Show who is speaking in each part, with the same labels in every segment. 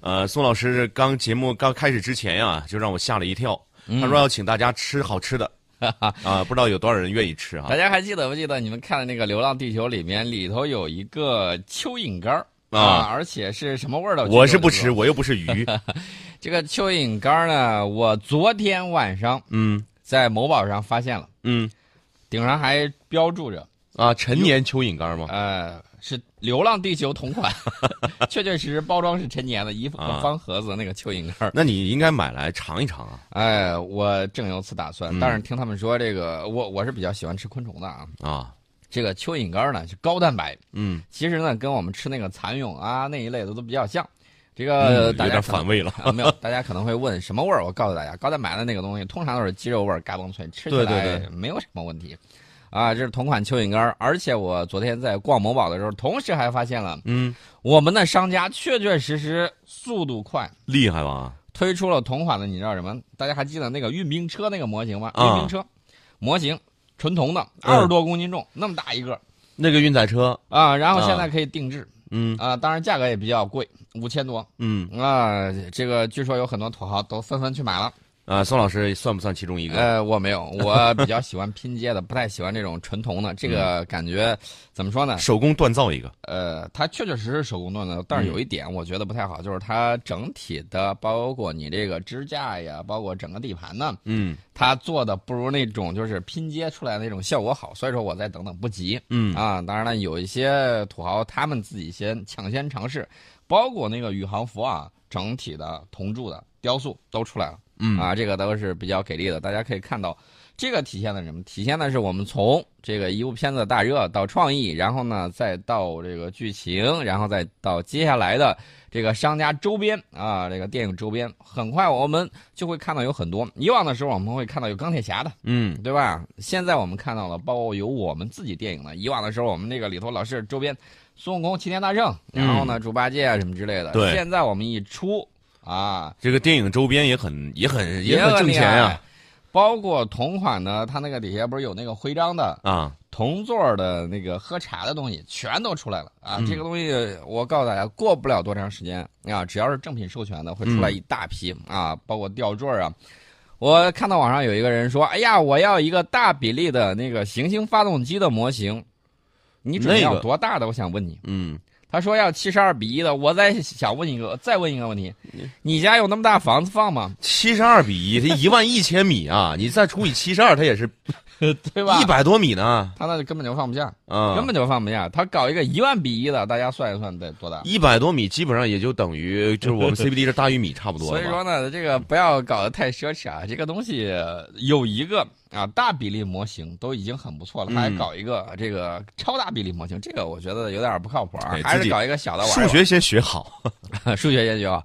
Speaker 1: 呃，宋老师刚节目刚开始之前呀、就让我吓了一跳。
Speaker 2: 嗯
Speaker 1: 他说要请大家吃好吃的，啊，不知道有多少人愿意吃啊
Speaker 2: 大？家还记得不记得你们看的那个《流浪地球》里面里头有一个蚯蚓干儿
Speaker 1: 啊
Speaker 2: 而且是什么味儿的？
Speaker 1: 我是不吃，
Speaker 2: 记得
Speaker 1: 我又不是 鱼。
Speaker 2: 这个蚯蚓干儿呢。我昨天晚上
Speaker 1: 嗯
Speaker 2: 在某宝上发现了，
Speaker 1: 嗯
Speaker 2: 顶上还标注着，
Speaker 1: 啊，陈年蚯蚓干吗？
Speaker 2: 呃，是《流浪地球》同款，确确实实包装是陈年的一个
Speaker 1: 啊
Speaker 2: 方盒子那个蚯蚓干儿。
Speaker 1: 那你应该买来尝一尝啊。
Speaker 2: 哎，我正有此打算
Speaker 1: 嗯，
Speaker 2: 但是听他们说这个，我我是比较喜欢吃昆虫的啊。
Speaker 1: 啊，
Speaker 2: 这个蚯蚓干儿呢是高蛋白，
Speaker 1: 嗯，
Speaker 2: 其实呢，跟我们吃那个蚕蛹啊那一类的都比较像。这
Speaker 1: 嗯
Speaker 2: 个
Speaker 1: 有
Speaker 2: 呃大
Speaker 1: 点
Speaker 2: 家可能、
Speaker 1: 反胃了。
Speaker 2: 啊，没有， 大家可能会问什么味儿？我告诉大家，高蛋白的那个东西通常都是鸡肉味儿，嘎嘣脆，吃起
Speaker 1: 对对
Speaker 2: 来
Speaker 1: 对
Speaker 2: 没有什么问题。啊，这是同款蚯蚓干儿，而且我昨天在逛某宝的时候，同时还发现了
Speaker 1: 嗯，
Speaker 2: 我们的商家确确实实速度快，
Speaker 1: 厉害吧？
Speaker 2: 推出了同款的，你知道什么？大家还记得那个运兵车那个模型吗？
Speaker 1: 啊
Speaker 2: 运兵车模型，纯铜的，
Speaker 1: 嗯
Speaker 2: 二十多公斤重，那么大一个
Speaker 1: 那个运载车，
Speaker 2: 啊，然后
Speaker 1: 啊
Speaker 2: 现在可以定制
Speaker 1: 嗯
Speaker 2: 啊，当然价格也比较贵，五千多
Speaker 1: 嗯
Speaker 2: 啊。这个据说有很多土豪都纷纷去买了，
Speaker 1: 啊，宋老师算不算其中一个？
Speaker 2: 呃，我没有，我比较喜欢拼接的，不太喜欢这种纯铜的，
Speaker 1: 嗯
Speaker 2: 这个感觉怎么说呢？
Speaker 1: 手工锻造一个，
Speaker 2: 呃，它确确实实手工锻造，
Speaker 1: 嗯
Speaker 2: 但是有一点我觉得不太好，就是它整体的，包括你这个支架呀，包括整个底盘呢，
Speaker 1: 嗯
Speaker 2: 它做的不如那种就是拼接出来的那种效果好，所以说我再等等不急
Speaker 1: 嗯
Speaker 2: 啊。当然了，有一些土豪他们自己先抢先尝试，包括那个宇航服啊，整体的铜铸的雕塑都出来了
Speaker 1: 嗯
Speaker 2: 啊，这个都是比较给力的。大家可以看到，这个体现了什么？体现的是我们从这个一部片子的大热到创意，然后呢再到这个剧情，然后再到接下来的这个商家周边啊，这个电影周边，很快我们就会看到有很多。以往的时候我们会看到有钢铁侠的，
Speaker 1: 嗯
Speaker 2: 对吧？现在我们看到了，包括有我们自己电影的。以往的时候我们那个里头老是周边孙悟空、齐天大圣，然后呢猪八戒啊什么之类的。
Speaker 1: 对
Speaker 2: 现在我们一出啊，
Speaker 1: 这个电影周边也很也很也很
Speaker 2: 很
Speaker 1: 挣钱呀
Speaker 2: 呀，包括同款的，它那个底下不是有那个徽章的
Speaker 1: 啊，
Speaker 2: 同座儿的那个喝茶的东西，全都出来了啊！这个东西我告诉大家，过不了多长时间啊，只要是正品授权的，会出来一大批、啊，包括吊坠儿啊。我看到网上有一个人说：“哎呀，我要一个大比例的那个行星发动机的模型。”你准备
Speaker 1: 那个
Speaker 2: 要多大的？我想问你。
Speaker 1: 嗯，
Speaker 2: 他说要七十二比一的。我再想问一个，再问一个问题：你家有那么大房子放吗？
Speaker 1: 七十二比一，它一万一千米啊，你再除以七十二，它也是
Speaker 2: 对吧？
Speaker 1: 一百多米呢，
Speaker 2: 他那就根本就放不下，
Speaker 1: 啊，
Speaker 2: 根本就放不下。他搞一个一万比一的，大家算一算得多大？
Speaker 1: 一百多米基本上也就等于就是 我们 CBD 这大玉米差不多
Speaker 2: 所以
Speaker 1: 了吧？
Speaker 2: 说呢，这个不要搞得太奢侈啊！这个东西有一个啊大比例模型都已经很不错了，
Speaker 1: 嗯
Speaker 2: 还搞一个啊这个超大比例模型，这个我觉得有点不靠谱啊
Speaker 1: 对，
Speaker 2: 还
Speaker 1: 自
Speaker 2: 是
Speaker 1: 己
Speaker 2: 搞一个小的玩
Speaker 1: 数
Speaker 2: 儿
Speaker 1: 学先学好，
Speaker 2: 吧 数学研究啊。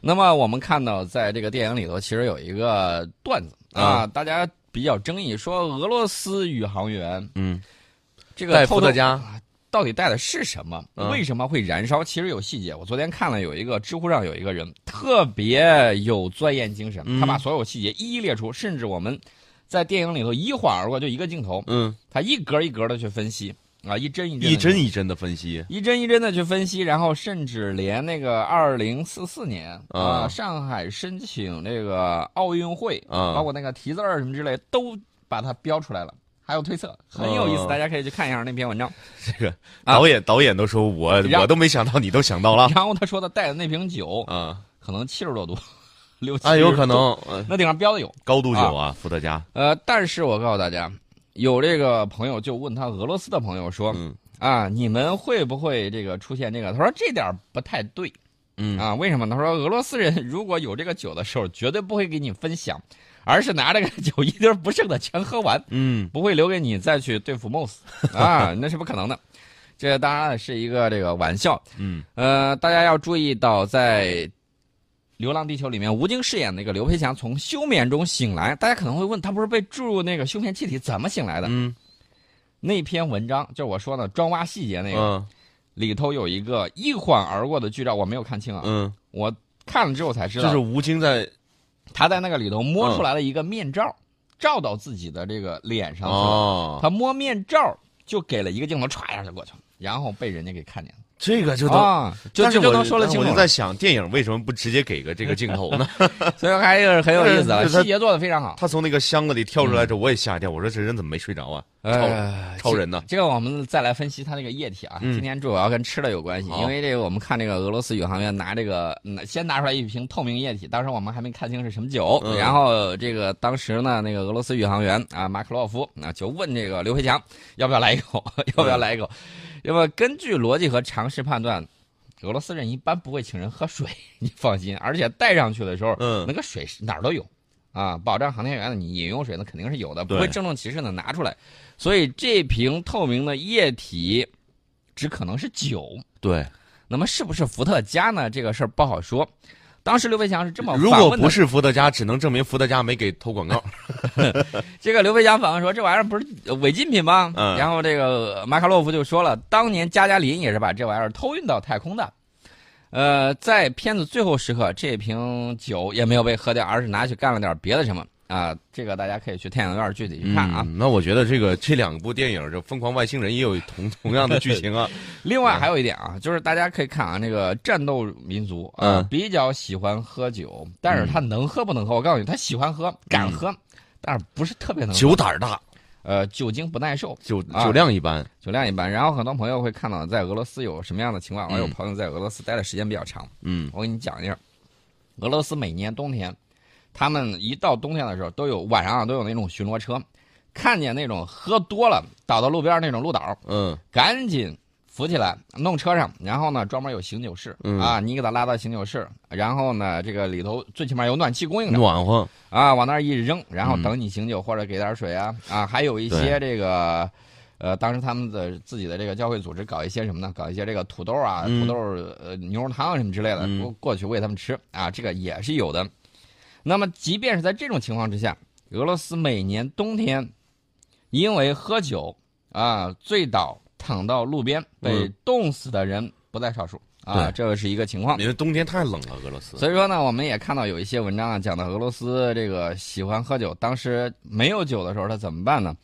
Speaker 2: 那么我们看到，在这个电影里头，其实有一个段子
Speaker 1: 嗯
Speaker 2: 啊，大家比较争议，说俄罗斯宇航员
Speaker 1: 嗯，
Speaker 2: 这个
Speaker 1: 戴
Speaker 2: 偷啊
Speaker 1: 伏
Speaker 2: 偷
Speaker 1: 特加，
Speaker 2: 到底带的是什么？
Speaker 1: 嗯
Speaker 2: 为什么会燃烧？其实有细节。我昨天看了有一个知乎上有一个人特别有钻研精神，
Speaker 1: 嗯
Speaker 2: 他把所有细节一一列出，甚至我们在电影里头一晃而过，就一个镜头，
Speaker 1: 嗯，
Speaker 2: 他一格一格的去分析啊，一帧一帧地
Speaker 1: 一针一针的分析，
Speaker 2: 一帧一帧的去分析，然后甚至连那个二零四四年啊、
Speaker 1: 啊
Speaker 2: 上海申请这个奥运会，
Speaker 1: 啊
Speaker 2: 包括那个题字儿什么之类，都把它标出来了。还有推测，很有意思，
Speaker 1: 哦
Speaker 2: 大家可以去看一下那篇文章。
Speaker 1: 这个
Speaker 2: 啊
Speaker 1: 导演导演都说我
Speaker 2: 然
Speaker 1: 我都没想到，你都想到了
Speaker 2: 然后他说他带的那瓶酒
Speaker 1: 啊
Speaker 2: 可能七十多度， 六七
Speaker 1: 啊，有
Speaker 2: 十
Speaker 1: 可
Speaker 2: 度
Speaker 1: 能呃
Speaker 2: 那顶上标的有。
Speaker 1: 高度酒啊，伏特加，
Speaker 2: 呃，但是我告诉大家，有这个朋友就问他俄罗斯的朋友说、
Speaker 1: 嗯
Speaker 2: 啊，你们会不会这个出现这个？他说这点儿不太对
Speaker 1: 嗯
Speaker 2: 啊，为什么？他说俄罗斯人如果有这个酒的时候，绝对不会给你分享，而是拿这个酒一滴儿不剩的全喝完。
Speaker 1: 嗯
Speaker 2: 不会留给你再去对 付 MOS 啊，那是不可能的。这当然是一个这个玩笑，
Speaker 1: 嗯，
Speaker 2: 呃，大家要注意到，在《流浪地球》里面，吴京饰演那个刘培强从休眠中醒来，大家可能会问，他不是被注入那个休眠气体，怎么醒来的？
Speaker 1: 嗯
Speaker 2: 那篇文章就是我说的装挖细节那个，
Speaker 1: 嗯
Speaker 2: 里头有一个一晃而过的剧照，我没有看清啊，
Speaker 1: 嗯，
Speaker 2: 我看了之后才知
Speaker 1: 这
Speaker 2: 道，
Speaker 1: 是嗯吴京在
Speaker 2: 他在那个里头摸出来了一个面罩，罩到自己的这个脸上去了。
Speaker 1: 哦
Speaker 2: 他摸面罩就给了一个镜头，歘一下就过去了，然后被人家给看见了。
Speaker 1: 这个就都
Speaker 2: 啊，就
Speaker 1: 但是
Speaker 2: 这就
Speaker 1: 我
Speaker 2: 能说得
Speaker 1: 但
Speaker 2: 清
Speaker 1: 我
Speaker 2: 楚
Speaker 1: 就
Speaker 2: 了。
Speaker 1: 在想，电影为什么不直接给个这个镜头 呢？
Speaker 2: 所以还是很有意思啊，
Speaker 1: 就是他
Speaker 2: 细节做的非常好。
Speaker 1: 他从那个箱子里跳出来
Speaker 2: 嗯
Speaker 1: 之后，我也吓一跳，我说这人怎么没睡着啊？
Speaker 2: 呃，
Speaker 1: 超人呢？
Speaker 2: 这个我们再来分析它那个液体啊。
Speaker 1: 嗯
Speaker 2: 今天主要跟吃的有关系，
Speaker 1: 好
Speaker 2: 因为这个我们看这个俄罗斯宇航员拿这个拿先拿出来一瓶透明液体，当时我们还没看清是什么酒。
Speaker 1: 嗯
Speaker 2: 然后这个当时呢，那个俄罗斯宇航员啊马克洛夫啊就问这个刘培强要不要来一口， 要不要来一口。那么根据逻辑和常识判断。俄罗斯人一般不会请人喝水， 你放心。而且带上去的时候，
Speaker 1: 嗯
Speaker 2: 那个水是哪儿都有啊，保障航天员的你饮用水那肯定是有的，不
Speaker 1: 对
Speaker 2: 会郑重其事的拿出来。所以这瓶透明的液体只可能是酒，
Speaker 1: 对，
Speaker 2: 那么是不是伏特加呢？这个事儿不好说。当时刘飞强是这么
Speaker 1: 如
Speaker 2: 反
Speaker 1: 果
Speaker 2: 问
Speaker 1: 不
Speaker 2: 的，
Speaker 1: 是伏特加，只能证明伏特加没给投广 告。
Speaker 2: 这个刘飞强反问说：“这玩意儿不是呃违禁品吗？”
Speaker 1: 嗯
Speaker 2: 然后这个马卡洛夫就说了，当年加加林也是把这玩意儿偷运到太空的。呃，在片子最后时刻，这瓶酒也没有被喝掉，而是拿去干了点别的什么啊、这个大家可以去电影院具体去看啊。
Speaker 1: 嗯，那我觉得这个这两部电影《这疯狂外星人》也有同同样的剧情 啊。
Speaker 2: 另外还有一点啊，就是大家可以看啊，那个战斗民族啊、
Speaker 1: 嗯
Speaker 2: 比较喜欢喝酒，但是他能喝不能喝？我告诉你，他喜欢喝，敢喝，但是不是特别能喝。
Speaker 1: 嗯酒胆儿大，
Speaker 2: 呃，酒精不耐受，
Speaker 1: 酒
Speaker 2: 啊
Speaker 1: 酒量一般。
Speaker 2: 酒量一般。然后很多朋友会看到在俄罗斯有什么样的情况。我有
Speaker 1: 嗯
Speaker 2: 朋友在俄罗斯待的时间比较长，
Speaker 1: 嗯，
Speaker 2: 我给你讲一下，俄罗斯每年冬天，他们一到冬天的时候，都有晚上啊都有那种巡逻车，看见那种喝多了倒到路边儿那种路倒，
Speaker 1: 嗯
Speaker 2: 赶紧扶起来，弄车上，然后呢，专门有醒酒室、
Speaker 1: 嗯
Speaker 2: 啊，你给他拉到醒酒室，然后呢，这个里头最起码有暖气供应着
Speaker 1: 暖和。
Speaker 2: 啊，往那儿一扔，然后
Speaker 1: 嗯
Speaker 2: 等你醒酒或者给点水啊啊，还有一些这个。呃，当时他们的自己的这个教会组织搞一些什么呢？搞一些这个土豆啊、
Speaker 1: 嗯
Speaker 2: 土豆呃牛肉汤什么之类的，
Speaker 1: 嗯
Speaker 2: 过过去喂他们吃啊，这个也是有的。那么，即便是在这种情况之下，俄罗斯每年冬天因为喝酒啊醉倒躺到路边被
Speaker 1: 嗯
Speaker 2: 冻死的人不在少数、啊，
Speaker 1: 对
Speaker 2: 这是一个情况。
Speaker 1: 因为冬天太冷了，俄罗斯。嗯
Speaker 2: 所以说呢，我们也看到有一些文章啊，讲到俄罗斯这个喜欢喝酒，当时没有酒的时候，他怎么办呢？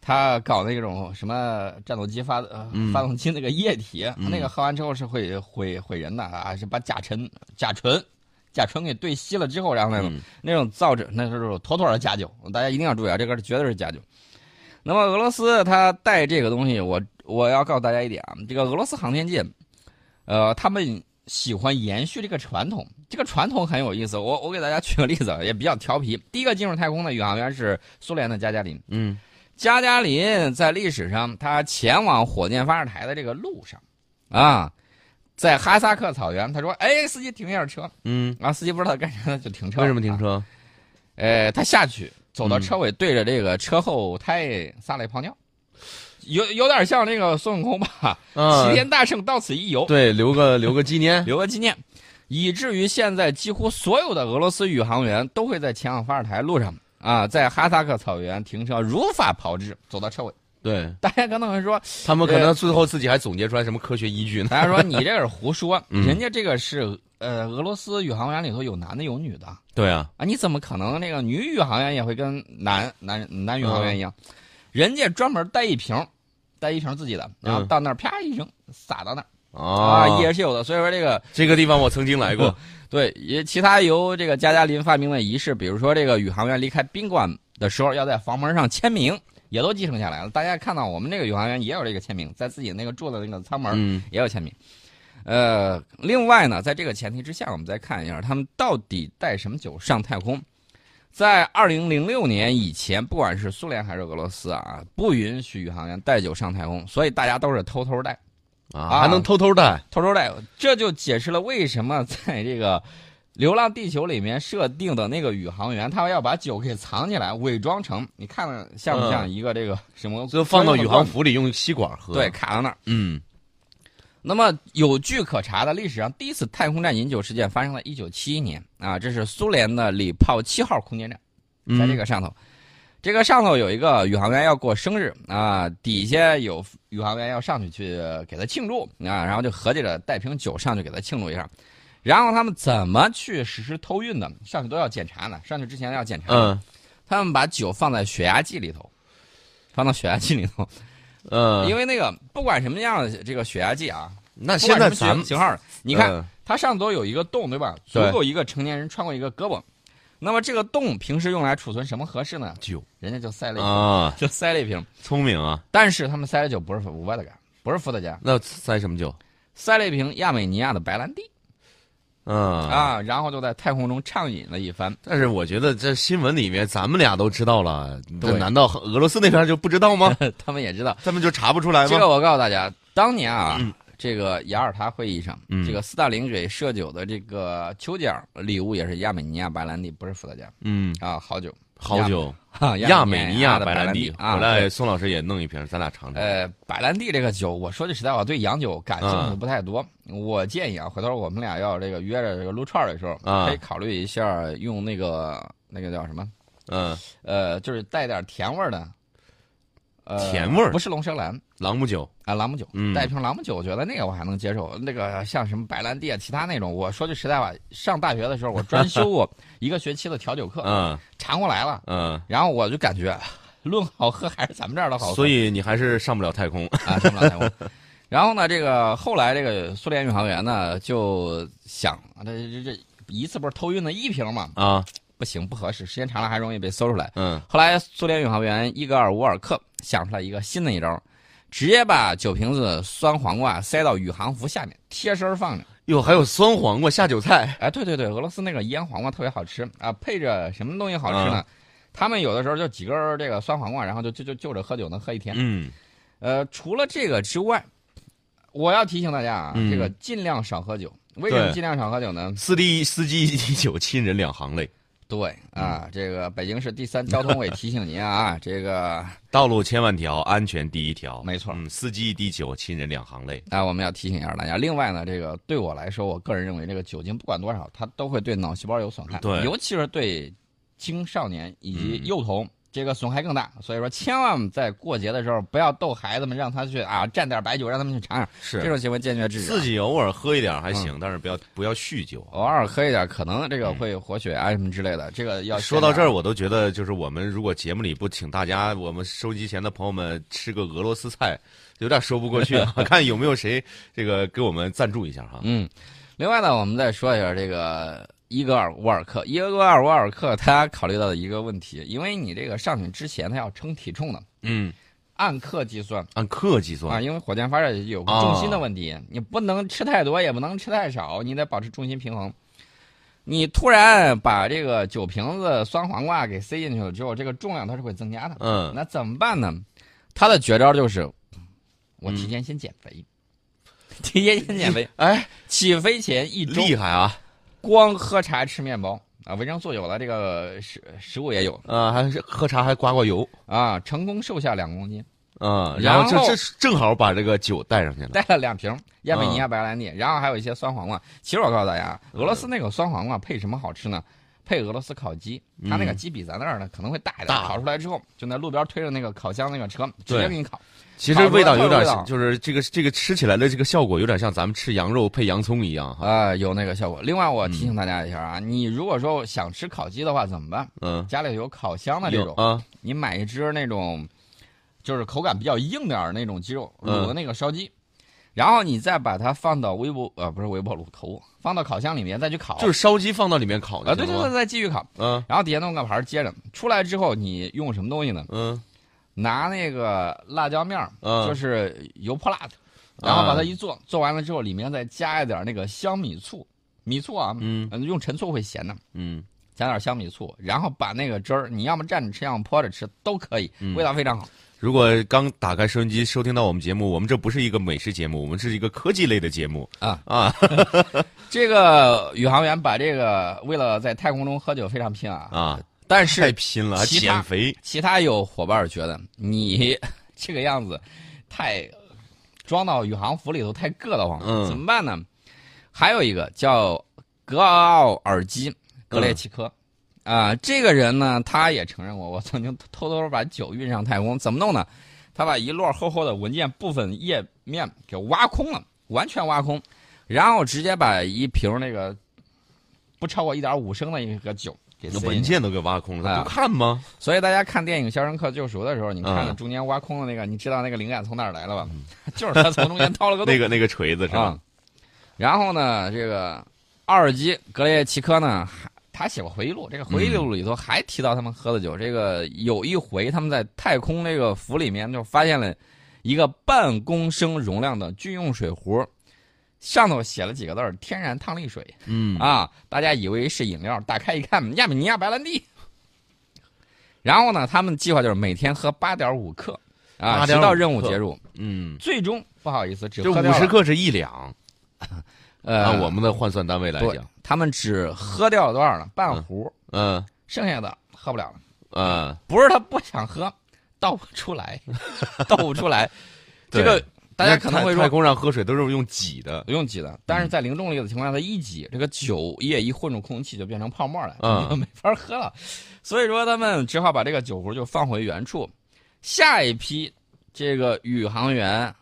Speaker 2: 他搞那种什么战斗机发、呃
Speaker 1: 嗯
Speaker 2: 发动机那个液体，
Speaker 1: 嗯
Speaker 2: 那个喝完之后是会毁毁人的啊，是把甲醇、甲醇、甲醇给兑稀了之后，然后那种、
Speaker 1: 嗯
Speaker 2: 那种造成那是妥妥的假酒，大家一定要注意啊，这个是绝对是假酒。那么俄罗斯它带这个东西，我我要告诉大家一点啊，这个俄罗斯航天界，呃，他们喜欢延续这个传统，这个传统很有意思。我我给大家举个例子，啊也比较调皮。第一个进入太空的宇航员是苏联的加加林，
Speaker 1: 嗯
Speaker 2: 加加林在历史上他前往火箭发射台的这个路上，啊，在哈萨克草原，他说：“哎，司机停一下车。”
Speaker 1: 嗯，
Speaker 2: 然后司机不知道干啥，就停车。
Speaker 1: 为什么停
Speaker 2: 啊？
Speaker 1: 车？
Speaker 2: 呃，他下去走
Speaker 1: 嗯
Speaker 2: 到车尾，对着这个车后胎撒了一泡尿，有有点像那个孙悟空吧？
Speaker 1: 啊
Speaker 2: 齐，天大圣到此一游，
Speaker 1: 对，留个留个纪念。
Speaker 2: 留个纪念。以至于现在几乎所有的俄罗斯宇航员都会在前往发射台路上啊，在哈萨克草原停车，如法炮制，走到车尾。
Speaker 1: 对
Speaker 2: 大家可能会说，
Speaker 1: 他们可能最后自己还总结出来什么科学依据呢？
Speaker 2: 大家说你这是胡说，
Speaker 1: 嗯
Speaker 2: 人家这个是呃，俄罗斯宇航员里头有男的有女的啊，
Speaker 1: 对啊，
Speaker 2: 你怎么可能那个女宇航员也会跟男男男宇航员一样？人家专门带一瓶，带一瓶自己的，然后
Speaker 1: 嗯
Speaker 2: 到那儿啪一扔，撒到那儿
Speaker 1: 啊，
Speaker 2: 也是有的。所以说这个
Speaker 1: 这个地方我曾经来过。
Speaker 2: 对，也其他由这个加加林发明的仪式，比如说这个宇航员离开宾馆的时候要在房门上签名，也都继承下来了。大家看到我们这个宇航员也有这个签名，在自己那个住的那个舱门
Speaker 1: 嗯
Speaker 2: 也有签名。呃，另外呢，在这个前提之下，我们再看一下他们到底带什么酒上太空。在二零零六年以前，不管是苏联还是俄罗斯啊，不允许宇航员带酒上太空，所以大家都是偷偷带。
Speaker 1: 啊，还能偷偷的。
Speaker 2: 偷偷带，这就解释了为什么在这个《流浪地球》里面设定的那个宇航员，他要把酒给藏起来，伪装成你看了像不像一个这个什么？
Speaker 1: 嗯就放到宇航服里用吸管喝。
Speaker 2: 对，，卡到那儿。
Speaker 1: 嗯
Speaker 2: 那么有据可查的，历史上第一次太空站饮酒事件发生在一九七一年啊，这是苏联的礼炮七号空间站。
Speaker 1: 嗯，
Speaker 2: 在这个上头，这个上头有一个宇航员要过生日啊，底下有宇航员要上去去给他庆祝啊，然后就合计着带瓶酒上去给他庆祝一下。然后他们怎么去实施偷运的？上去都要检查呢，上去之前要检查。
Speaker 1: 嗯
Speaker 2: 他们把酒放在血压计里头，放到血压计里头，
Speaker 1: 嗯，
Speaker 2: 因为那个不管什么样的这个血压计啊，
Speaker 1: 那
Speaker 2: 不
Speaker 1: 现
Speaker 2: 管
Speaker 1: 在
Speaker 2: 什
Speaker 1: 咱
Speaker 2: 么
Speaker 1: 们
Speaker 2: 型型号儿，你看
Speaker 1: 嗯
Speaker 2: 它上头有一个洞，对吧？足
Speaker 1: 对
Speaker 2: 够一个成年人穿过一个胳膊。那么这个洞平时用来储存什么合适呢？
Speaker 1: 酒
Speaker 2: 人家就塞了一瓶，
Speaker 1: 啊，
Speaker 2: 就塞了一瓶。
Speaker 1: 聪明啊，
Speaker 2: 但是他们塞的酒不是伏特加，不是伏特加，
Speaker 1: 那塞什么酒？
Speaker 2: 塞了一瓶亚美尼亚的白兰地
Speaker 1: 嗯，
Speaker 2: 啊，然后就在太空中畅饮了一番。
Speaker 1: 但是我觉得这新闻里面咱们俩都知道了，这
Speaker 2: 对
Speaker 1: 难道俄罗斯那边就不知道 吗？
Speaker 2: 他们也知道，
Speaker 1: 他们就查哎不出来
Speaker 2: 这
Speaker 1: 吗？
Speaker 2: 个我告诉大家，当年啊，这个雅尔塔会议上，
Speaker 1: 嗯
Speaker 2: 这个斯大林给设酒的这个秋奖礼物也是亚美尼亚白兰地，不是伏特加
Speaker 1: 嗯，
Speaker 2: 啊，好酒，
Speaker 1: 好酒，
Speaker 2: 哈
Speaker 1: 亚美尼
Speaker 2: 啊亚
Speaker 1: 亚
Speaker 2: 的
Speaker 1: 白
Speaker 2: 兰
Speaker 1: 兰地，
Speaker 2: 啊，
Speaker 1: 回
Speaker 2: 对
Speaker 1: 来嗯宋老师也弄一瓶，咱俩尝尝。
Speaker 2: 呃，白兰地这个酒，我说句实在话，对洋酒感兴趣
Speaker 1: 嗯
Speaker 2: 不太多。我建议啊，回头我们俩要这个约着这个撸串儿的时候，
Speaker 1: 啊
Speaker 2: 可以考虑一下用那个那个叫什么，
Speaker 1: 嗯，
Speaker 2: 呃，就是带点甜味儿的，呃，
Speaker 1: 甜味儿
Speaker 2: 不是龙舌兰
Speaker 1: 朗姆酒，
Speaker 2: 啊，朗姆酒，
Speaker 1: 嗯
Speaker 2: 带一瓶朗姆酒，我觉得那个我还能接受。那个像什么白兰地啊，其他那种，我说句实在话，上大学的时候我专修 过一个学期的调酒课，
Speaker 1: 嗯
Speaker 2: 尝过来了，
Speaker 1: 嗯，
Speaker 2: 然后我就感觉，论好喝还是咱们这儿的好喝。
Speaker 1: 所以你还是上不了太空。
Speaker 2: 啊，上不了太空。然后呢，这个后来这个苏联宇航员呢就想，啊这这这一次不是偷运了一瓶嘛？
Speaker 1: 啊，
Speaker 2: 不行，不合适，时间长了还容易被搜出来。
Speaker 1: 嗯
Speaker 2: 后来苏联宇航员伊戈尔·乌尔克想出来一个新的一招，直接把酒瓶子酸黄瓜塞到宇航服下面，贴身儿放着。
Speaker 1: 哟，还有酸黄瓜下酒菜，
Speaker 2: 哎，对对对，俄罗斯那个腌黄瓜特别好吃啊，配着什么东西好吃
Speaker 1: 嗯
Speaker 2: 呢？他们有的时候就几根儿这个酸黄瓜，然后就就就就着喝酒能喝一天。
Speaker 1: 嗯，
Speaker 2: 呃，除了这个之外，我要提醒大家啊，
Speaker 1: 嗯
Speaker 2: 这个尽量少喝酒。为什么
Speaker 1: 对
Speaker 2: 尽量少喝酒呢？
Speaker 1: 司机司机一滴酒，亲人两行泪。
Speaker 2: 对啊，
Speaker 1: 嗯
Speaker 2: 这个北京市第三交通委提醒您啊，这个
Speaker 1: 道路千万条，安全第一条。
Speaker 2: 没错
Speaker 1: 嗯，司机一滴酒，亲人两行泪。
Speaker 2: 啊，我们要提醒一下大家。另外呢，这个对我来说，我个人认为，这个酒精不管多少，它都会对脑细胞有损害，
Speaker 1: 对
Speaker 2: 尤其是对青少年以及
Speaker 1: 嗯
Speaker 2: 幼童。这个损害更大，所以说千万在过节的时候不要逗孩子们，让他去啊蘸点白酒，让他们去尝尝，
Speaker 1: 是嗯
Speaker 2: 这种行为坚决制止啊。
Speaker 1: 自己偶尔喝一点还行，但是不要不要酗酒。
Speaker 2: 偶尔喝一点，可能这个会活血啊什么之类的。这个要
Speaker 1: 嗯说到
Speaker 2: 先
Speaker 1: 这儿，我都觉得就是我们如果节目里不请大家，我们收集前的朋友们吃个俄罗斯菜，有点说不过去 啊。看有没有谁这个给我们赞助一下哈。
Speaker 2: 嗯，另外呢，我们再说一下这个伊戈尔·沃尔克。伊戈尔·沃尔克他考虑到的一个问题，因为你这个上去之前他要称体重的，
Speaker 1: 嗯，
Speaker 2: 按克计算
Speaker 1: 按克计
Speaker 2: 啊，
Speaker 1: 算。
Speaker 2: 因为火箭发射有个重心的问
Speaker 1: 啊
Speaker 2: 题，你不能吃太多，也不能吃太少，你得保持重心平衡。你突然把这个酒瓶子酸黄瓜给塞进去了之后，这个重量它是会增加的。
Speaker 1: 嗯，
Speaker 2: 那怎么办呢？他的绝招就是，我提前先减肥， 提前先减肥。
Speaker 1: 哎，
Speaker 2: 起飞前一周，
Speaker 1: 厉害啊！
Speaker 2: 光喝茶吃面包啊，维生素有了，这个食食物也有
Speaker 1: 啊，还是喝茶还刮刮油。
Speaker 2: 啊，成功瘦下两公斤，
Speaker 1: 嗯，
Speaker 2: 然
Speaker 1: 然后
Speaker 2: 后
Speaker 1: 这这正好把这个酒带上去了。
Speaker 2: 带了两瓶亚美尼
Speaker 1: 嗯
Speaker 2: 亚啊白兰地，然后还有一些酸黄瓜。其实我告诉大家啊，俄罗斯那个酸黄瓜配什么好吃呢？配俄罗斯烤鸡，它那个鸡比咱那儿呢可能会大一点，
Speaker 1: 嗯大
Speaker 2: 烤出来之后就在路边推着那个烤箱那个车直接
Speaker 1: 对
Speaker 2: 给你烤。
Speaker 1: 其实味道有
Speaker 2: 烤
Speaker 1: 点
Speaker 2: 出来的味道
Speaker 1: 像，就是这个这个吃起来的这个效果有点像咱们吃羊肉配洋葱一样哈。
Speaker 2: 啊、有那个效果。另外，我提醒大家一下啊，你如果说想吃烤鸡的话，怎么办？
Speaker 1: 嗯，
Speaker 2: 家里有烤箱的这
Speaker 1: 有
Speaker 2: 种，
Speaker 1: 啊，
Speaker 2: 你买一只那种，就是口感比较硬点儿那种鸡肉，
Speaker 1: 嗯
Speaker 2: 卤的那个烧鸡，然后你再把它放到微波呃不是微波炉口误，放到烤箱里面再去烤，
Speaker 1: 就是烧鸡放到里面烤就
Speaker 2: 啊
Speaker 1: 行
Speaker 2: 对对
Speaker 1: 了
Speaker 2: 对，
Speaker 1: 吗？
Speaker 2: 再继续烤，
Speaker 1: 嗯
Speaker 2: 然后底下弄个盘儿接着出来之后，你用什么东西呢？
Speaker 1: 嗯
Speaker 2: 拿那个辣椒面儿，就
Speaker 1: 嗯，
Speaker 2: 是油泼辣子，然后把它
Speaker 1: 啊
Speaker 2: 一做，做完了之后里面再加一点儿那个香米醋，米醋啊，
Speaker 1: 嗯
Speaker 2: 嗯，用陈醋会咸的，
Speaker 1: 嗯，
Speaker 2: 加点香米醋，然后把那个汁儿，你要么蘸着吃，要么泼着吃都可以，
Speaker 1: 嗯
Speaker 2: 味道非常好。
Speaker 1: 如果刚打开收音机收听到我们节目，我们这不是一个美食节目，我们是一个科技类的节目
Speaker 2: 啊
Speaker 1: 啊！
Speaker 2: 这个宇航员把这个为了在太空中喝酒非常拼啊，
Speaker 1: 啊，
Speaker 2: 但
Speaker 1: 太
Speaker 2: 是
Speaker 1: 拼了，还
Speaker 2: 其他
Speaker 1: 减肥
Speaker 2: 其他有伙伴觉得你 这个样子太装到宇航服里头太硌得慌了，
Speaker 1: 嗯
Speaker 2: 怎么办呢？还有一个叫格奥尔基格列奇科。啊，这个人呢，他也承认过，我曾经偷偷把酒运上太空，怎么弄呢？他把一摞厚厚的文件部分页面给挖空了，完全挖空，然后直接把一瓶那个不超过一点五升的一个酒给
Speaker 1: 那
Speaker 2: 塞
Speaker 1: 文
Speaker 2: 进去。
Speaker 1: 件都给挖空了，
Speaker 2: 啊
Speaker 1: 他不看吗？
Speaker 2: 所以大家看电影《肖申克救赎》的时候，你看
Speaker 1: 嗯
Speaker 2: 中间挖空的那个，你知道那个灵感从哪儿来了吧？ 就是他从中间掏了个洞。
Speaker 1: 那个那个锤子是吧
Speaker 2: 啊？。然后呢，这个奥尔基格列奇科呢，还他写过回忆录，这个回忆录里头还提到他们喝的酒。这个有一回他们在太空这个服里面就发现了一个半公升容量的军用水壶，上头写了几个字儿“天然烫力水”
Speaker 1: 嗯，
Speaker 2: 啊，大家以为是饮料，打开一看，亚美尼亚白兰地。然后呢，他们计划就是每天喝八点五克，啊，直
Speaker 1: 8.5
Speaker 2: 到任务
Speaker 1: 克
Speaker 2: 结束。
Speaker 1: 嗯，
Speaker 2: 最终不好意思，只
Speaker 1: 这
Speaker 2: 喝掉
Speaker 1: 五
Speaker 2: 了
Speaker 1: 十克是一两，
Speaker 2: 呃，
Speaker 1: 按我们的换算单位来
Speaker 2: 对
Speaker 1: 讲，，
Speaker 2: 他们只喝掉了多少呢？半壶，
Speaker 1: 嗯
Speaker 2: 剩下的喝不了了。
Speaker 1: 嗯，
Speaker 2: 不是他不想喝，倒不 出来，倒不出来。这个
Speaker 1: 对
Speaker 2: 大家可能会
Speaker 1: 太太
Speaker 2: 说
Speaker 1: 空上喝水都是用挤的，
Speaker 2: 不用挤的，但
Speaker 1: 嗯
Speaker 2: 是在零重力的情况下，它一挤，这个酒液一混入空气就变成泡沫了，
Speaker 1: 嗯
Speaker 2: 就没法喝了。所以说他们只好把这个酒壶就放回原处。下一批这个宇航员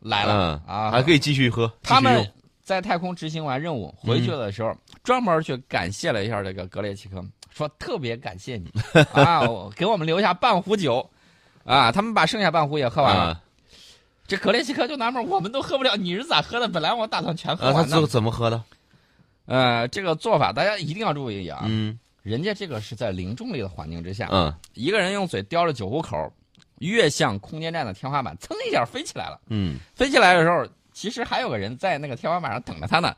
Speaker 2: 来了、
Speaker 1: 嗯
Speaker 2: 啊，
Speaker 1: 还可以继续喝，
Speaker 2: 他
Speaker 1: 继续
Speaker 2: 们
Speaker 1: 用嗯
Speaker 2: 在太空执行完任务回去的时候，专门去感谢了一下这个格列奇科，说特别感 谢你啊，我给我们留下半壶酒啊，他们把剩下半壶也喝完了。
Speaker 1: 啊
Speaker 2: 这格列奇科就纳闷，我们都喝不了，你是咋喝的？本来我打算全喝
Speaker 1: 啊，他
Speaker 2: 完
Speaker 1: 最后
Speaker 2: 的。
Speaker 1: 怎么喝的？
Speaker 2: 呃，这个做法大家一定要注意啊，
Speaker 1: 嗯
Speaker 2: 人家这个是在零重力的环境之下，
Speaker 1: 嗯
Speaker 2: 一个人用嘴叼着酒壶口，越向空间站的天花板，噌一下飞起来了。
Speaker 1: 嗯
Speaker 2: 飞起来的时候，其实还有个人在那个天花板上等着他呢。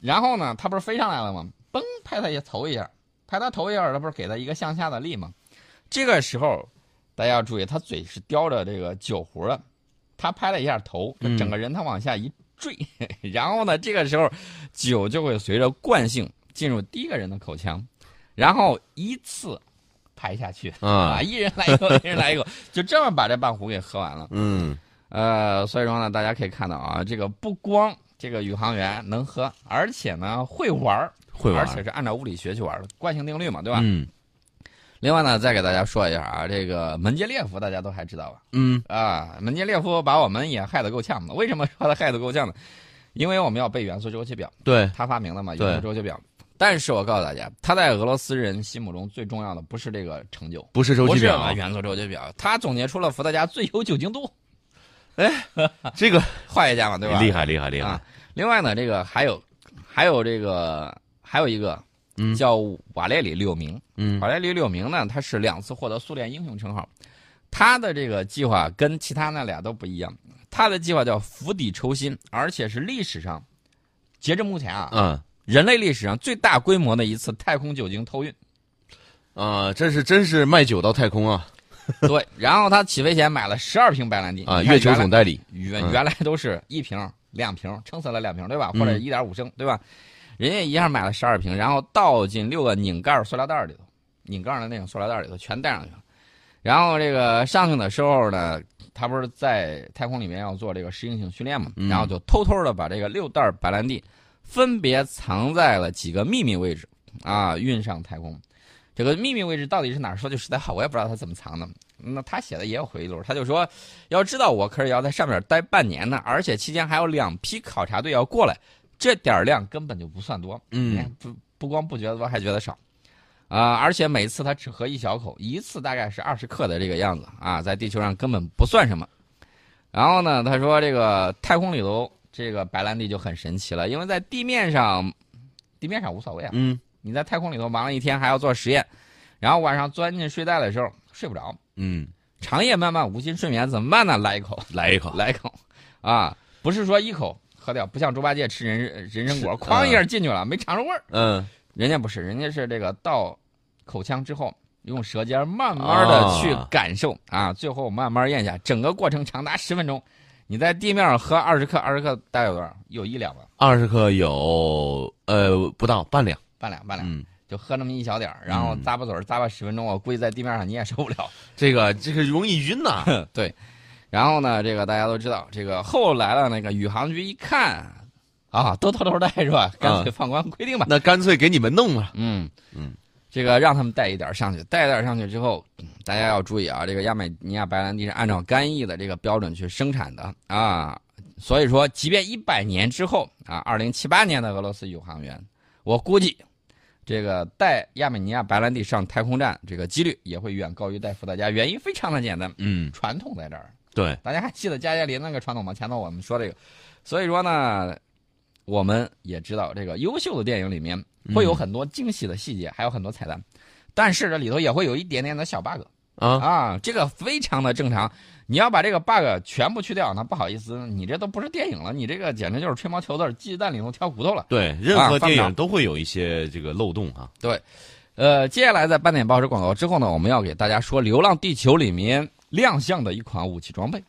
Speaker 2: 然后呢，他不是飞上来了吗？嘣，拍他一头一下，拍他头一下，他不是给他一个向下的力吗？这个时候，大家要注意，他嘴是叼着这个酒壶的，他拍了一下头，这
Speaker 1: 嗯
Speaker 2: 整个人他往下一坠， 然后呢，这个时候酒就会随着惯性进入第一个人的口腔，然后依次排下去啊，
Speaker 1: 啊
Speaker 2: 一人来一口，一人来一口，就这么把这半壶给喝完了。
Speaker 1: 嗯，
Speaker 2: 呃，所以说呢，大家可以看到啊，这个不光这个宇航员能喝，而且呢会玩儿，
Speaker 1: 会玩
Speaker 2: 而且是按照物理学去玩儿的惯性定律嘛，对吧？
Speaker 1: 嗯
Speaker 2: 另外呢，再给大家说一下啊，这个门捷列夫大家都还知道吧？
Speaker 1: 嗯
Speaker 2: 啊，门捷列夫把我们也害得够呛嘛。为什么说他害得够呛呢？因为我们要背元素周期表，
Speaker 1: 对，
Speaker 2: 他发明的嘛，
Speaker 1: 对
Speaker 2: 元素周期表。但是我告诉大家，他在俄罗斯人心目中最重要的不是这个成就，
Speaker 1: 不是周
Speaker 2: 不
Speaker 1: 期
Speaker 2: 是
Speaker 1: 表
Speaker 2: 啊，元素周期表，他总结出了伏特加最优酒精度，
Speaker 1: 啊这个
Speaker 2: 化学家嘛，对吧？
Speaker 1: 厉害厉害厉害
Speaker 2: 啊，另外呢，这个还有还有这个还有一个
Speaker 1: 嗯
Speaker 2: 叫瓦列里六明，
Speaker 1: 嗯
Speaker 2: 瓦列里六明呢，他是两次获得苏联英雄称号。他的这个计划跟其他那俩都不一样，他的计划叫釜底抽薪，而且是历史上截至目前啊，
Speaker 1: 嗯
Speaker 2: 人类历史上最大规模的一次太空酒精偷运。
Speaker 1: 啊，这是真是卖酒到太空啊
Speaker 2: 对，然后他起飞前买了十二瓶白兰地
Speaker 1: 啊！
Speaker 2: 你看
Speaker 1: 月球
Speaker 2: 原来
Speaker 1: 总代理，
Speaker 2: 原
Speaker 1: 嗯
Speaker 2: 原来都是一瓶、两瓶，撑死了两瓶，对吧？
Speaker 1: 嗯
Speaker 2: 或者一点五升，对吧？人家一下买了十二瓶，然后倒进六个拧盖塑料袋里头，拧盖的那种塑料袋里头全带上去了。然后这个上去的时候呢，他不是在太空里面要做这个适应性训练嘛，
Speaker 1: 嗯
Speaker 2: 然后就偷偷的把这个六袋白兰地分别藏在了几个秘密位置啊，运上太空。这个秘密位置到底是哪儿？说句实在话，我也不知道他怎么藏的。那他写的也有回忆录，他就说，要知道我可是要在上面待半年呢，而且期间还有两批考察队要过来，这点儿量根本就不算多。你看
Speaker 1: 嗯，
Speaker 2: 不不光不觉得多，还觉得少，啊、而且每次他只喝一小口，一次大概是二十克的这个样子啊，在地球上根本不算什么。然后呢，他说这个太空里头这个白兰地就很神奇了，因为在地面上，地面上无所谓啊，
Speaker 1: 嗯
Speaker 2: 你在太空里头忙了一天还要做实验，然后晚上钻进睡袋的时候睡不着，
Speaker 1: 嗯，
Speaker 2: 长夜漫漫无心睡眠怎么办呢？来一口，
Speaker 1: 来一口，
Speaker 2: 来一口，啊，不是说一口喝掉，不像猪八戒吃人呃人参果，哐一下进去了，没尝着味儿。
Speaker 1: 嗯
Speaker 2: 人家不是，人家是这个到口腔之后，用舌尖慢慢的去
Speaker 1: 啊
Speaker 2: 感受啊最后慢慢咽下，整个过程长达十分钟。你在地面上喝二十克，二十克大概有多少？有一两吧，
Speaker 1: 二十克有呃不到半两，
Speaker 2: 半两半两，
Speaker 1: 嗯，
Speaker 2: 就喝那么一小点儿，然后
Speaker 1: 嗯
Speaker 2: 咂巴嘴儿咂巴十分钟，我估计在地面上你也受不了。
Speaker 1: 这个这个容易晕呐，
Speaker 2: 对，然后呢，这个大家都知道，这个后来了，那个宇航局一看，啊，都偷偷带是吧？
Speaker 1: 啊
Speaker 2: 干脆放宽规定吧。
Speaker 1: 那干脆给你们弄了，
Speaker 2: 嗯
Speaker 1: 嗯，
Speaker 2: 这个让他们带一点儿上去，带一点儿上去之后，嗯大家要注意啊，这个亚美尼亚白兰地是按照干邑的这个标准去生产的啊，所以说，即便一百年之后啊，二零七八年的俄罗斯宇航员，我估计这个带亚美尼亚、白兰地上太空站这个几率也会远高于带伏特加，原因非常的简单，
Speaker 1: 嗯，
Speaker 2: 传统在这儿。
Speaker 1: 对，
Speaker 2: 大家还记得加耶林那个传统吗？前头我们说这个，所以说呢，我们也知道这个优秀的电影里面会
Speaker 1: 嗯
Speaker 2: 有很多惊喜的细节，还有很多彩蛋，但是这里头也会有一点点的小 bug
Speaker 1: 啊，
Speaker 2: 啊，这个非常的正常。你要把这个 bug 全部去掉，那不好意思，你这都不是电影了，你这个简直就是吹毛求疵、鸡蛋里头挑骨头了。
Speaker 1: 对，任何
Speaker 2: 啊放
Speaker 1: 电
Speaker 2: 倒
Speaker 1: 影都会有一些这个漏洞啊，
Speaker 2: 呃，接下来在半点报时广告之后呢，我们要给大家说《流浪地球》里面亮相的一款武器装备。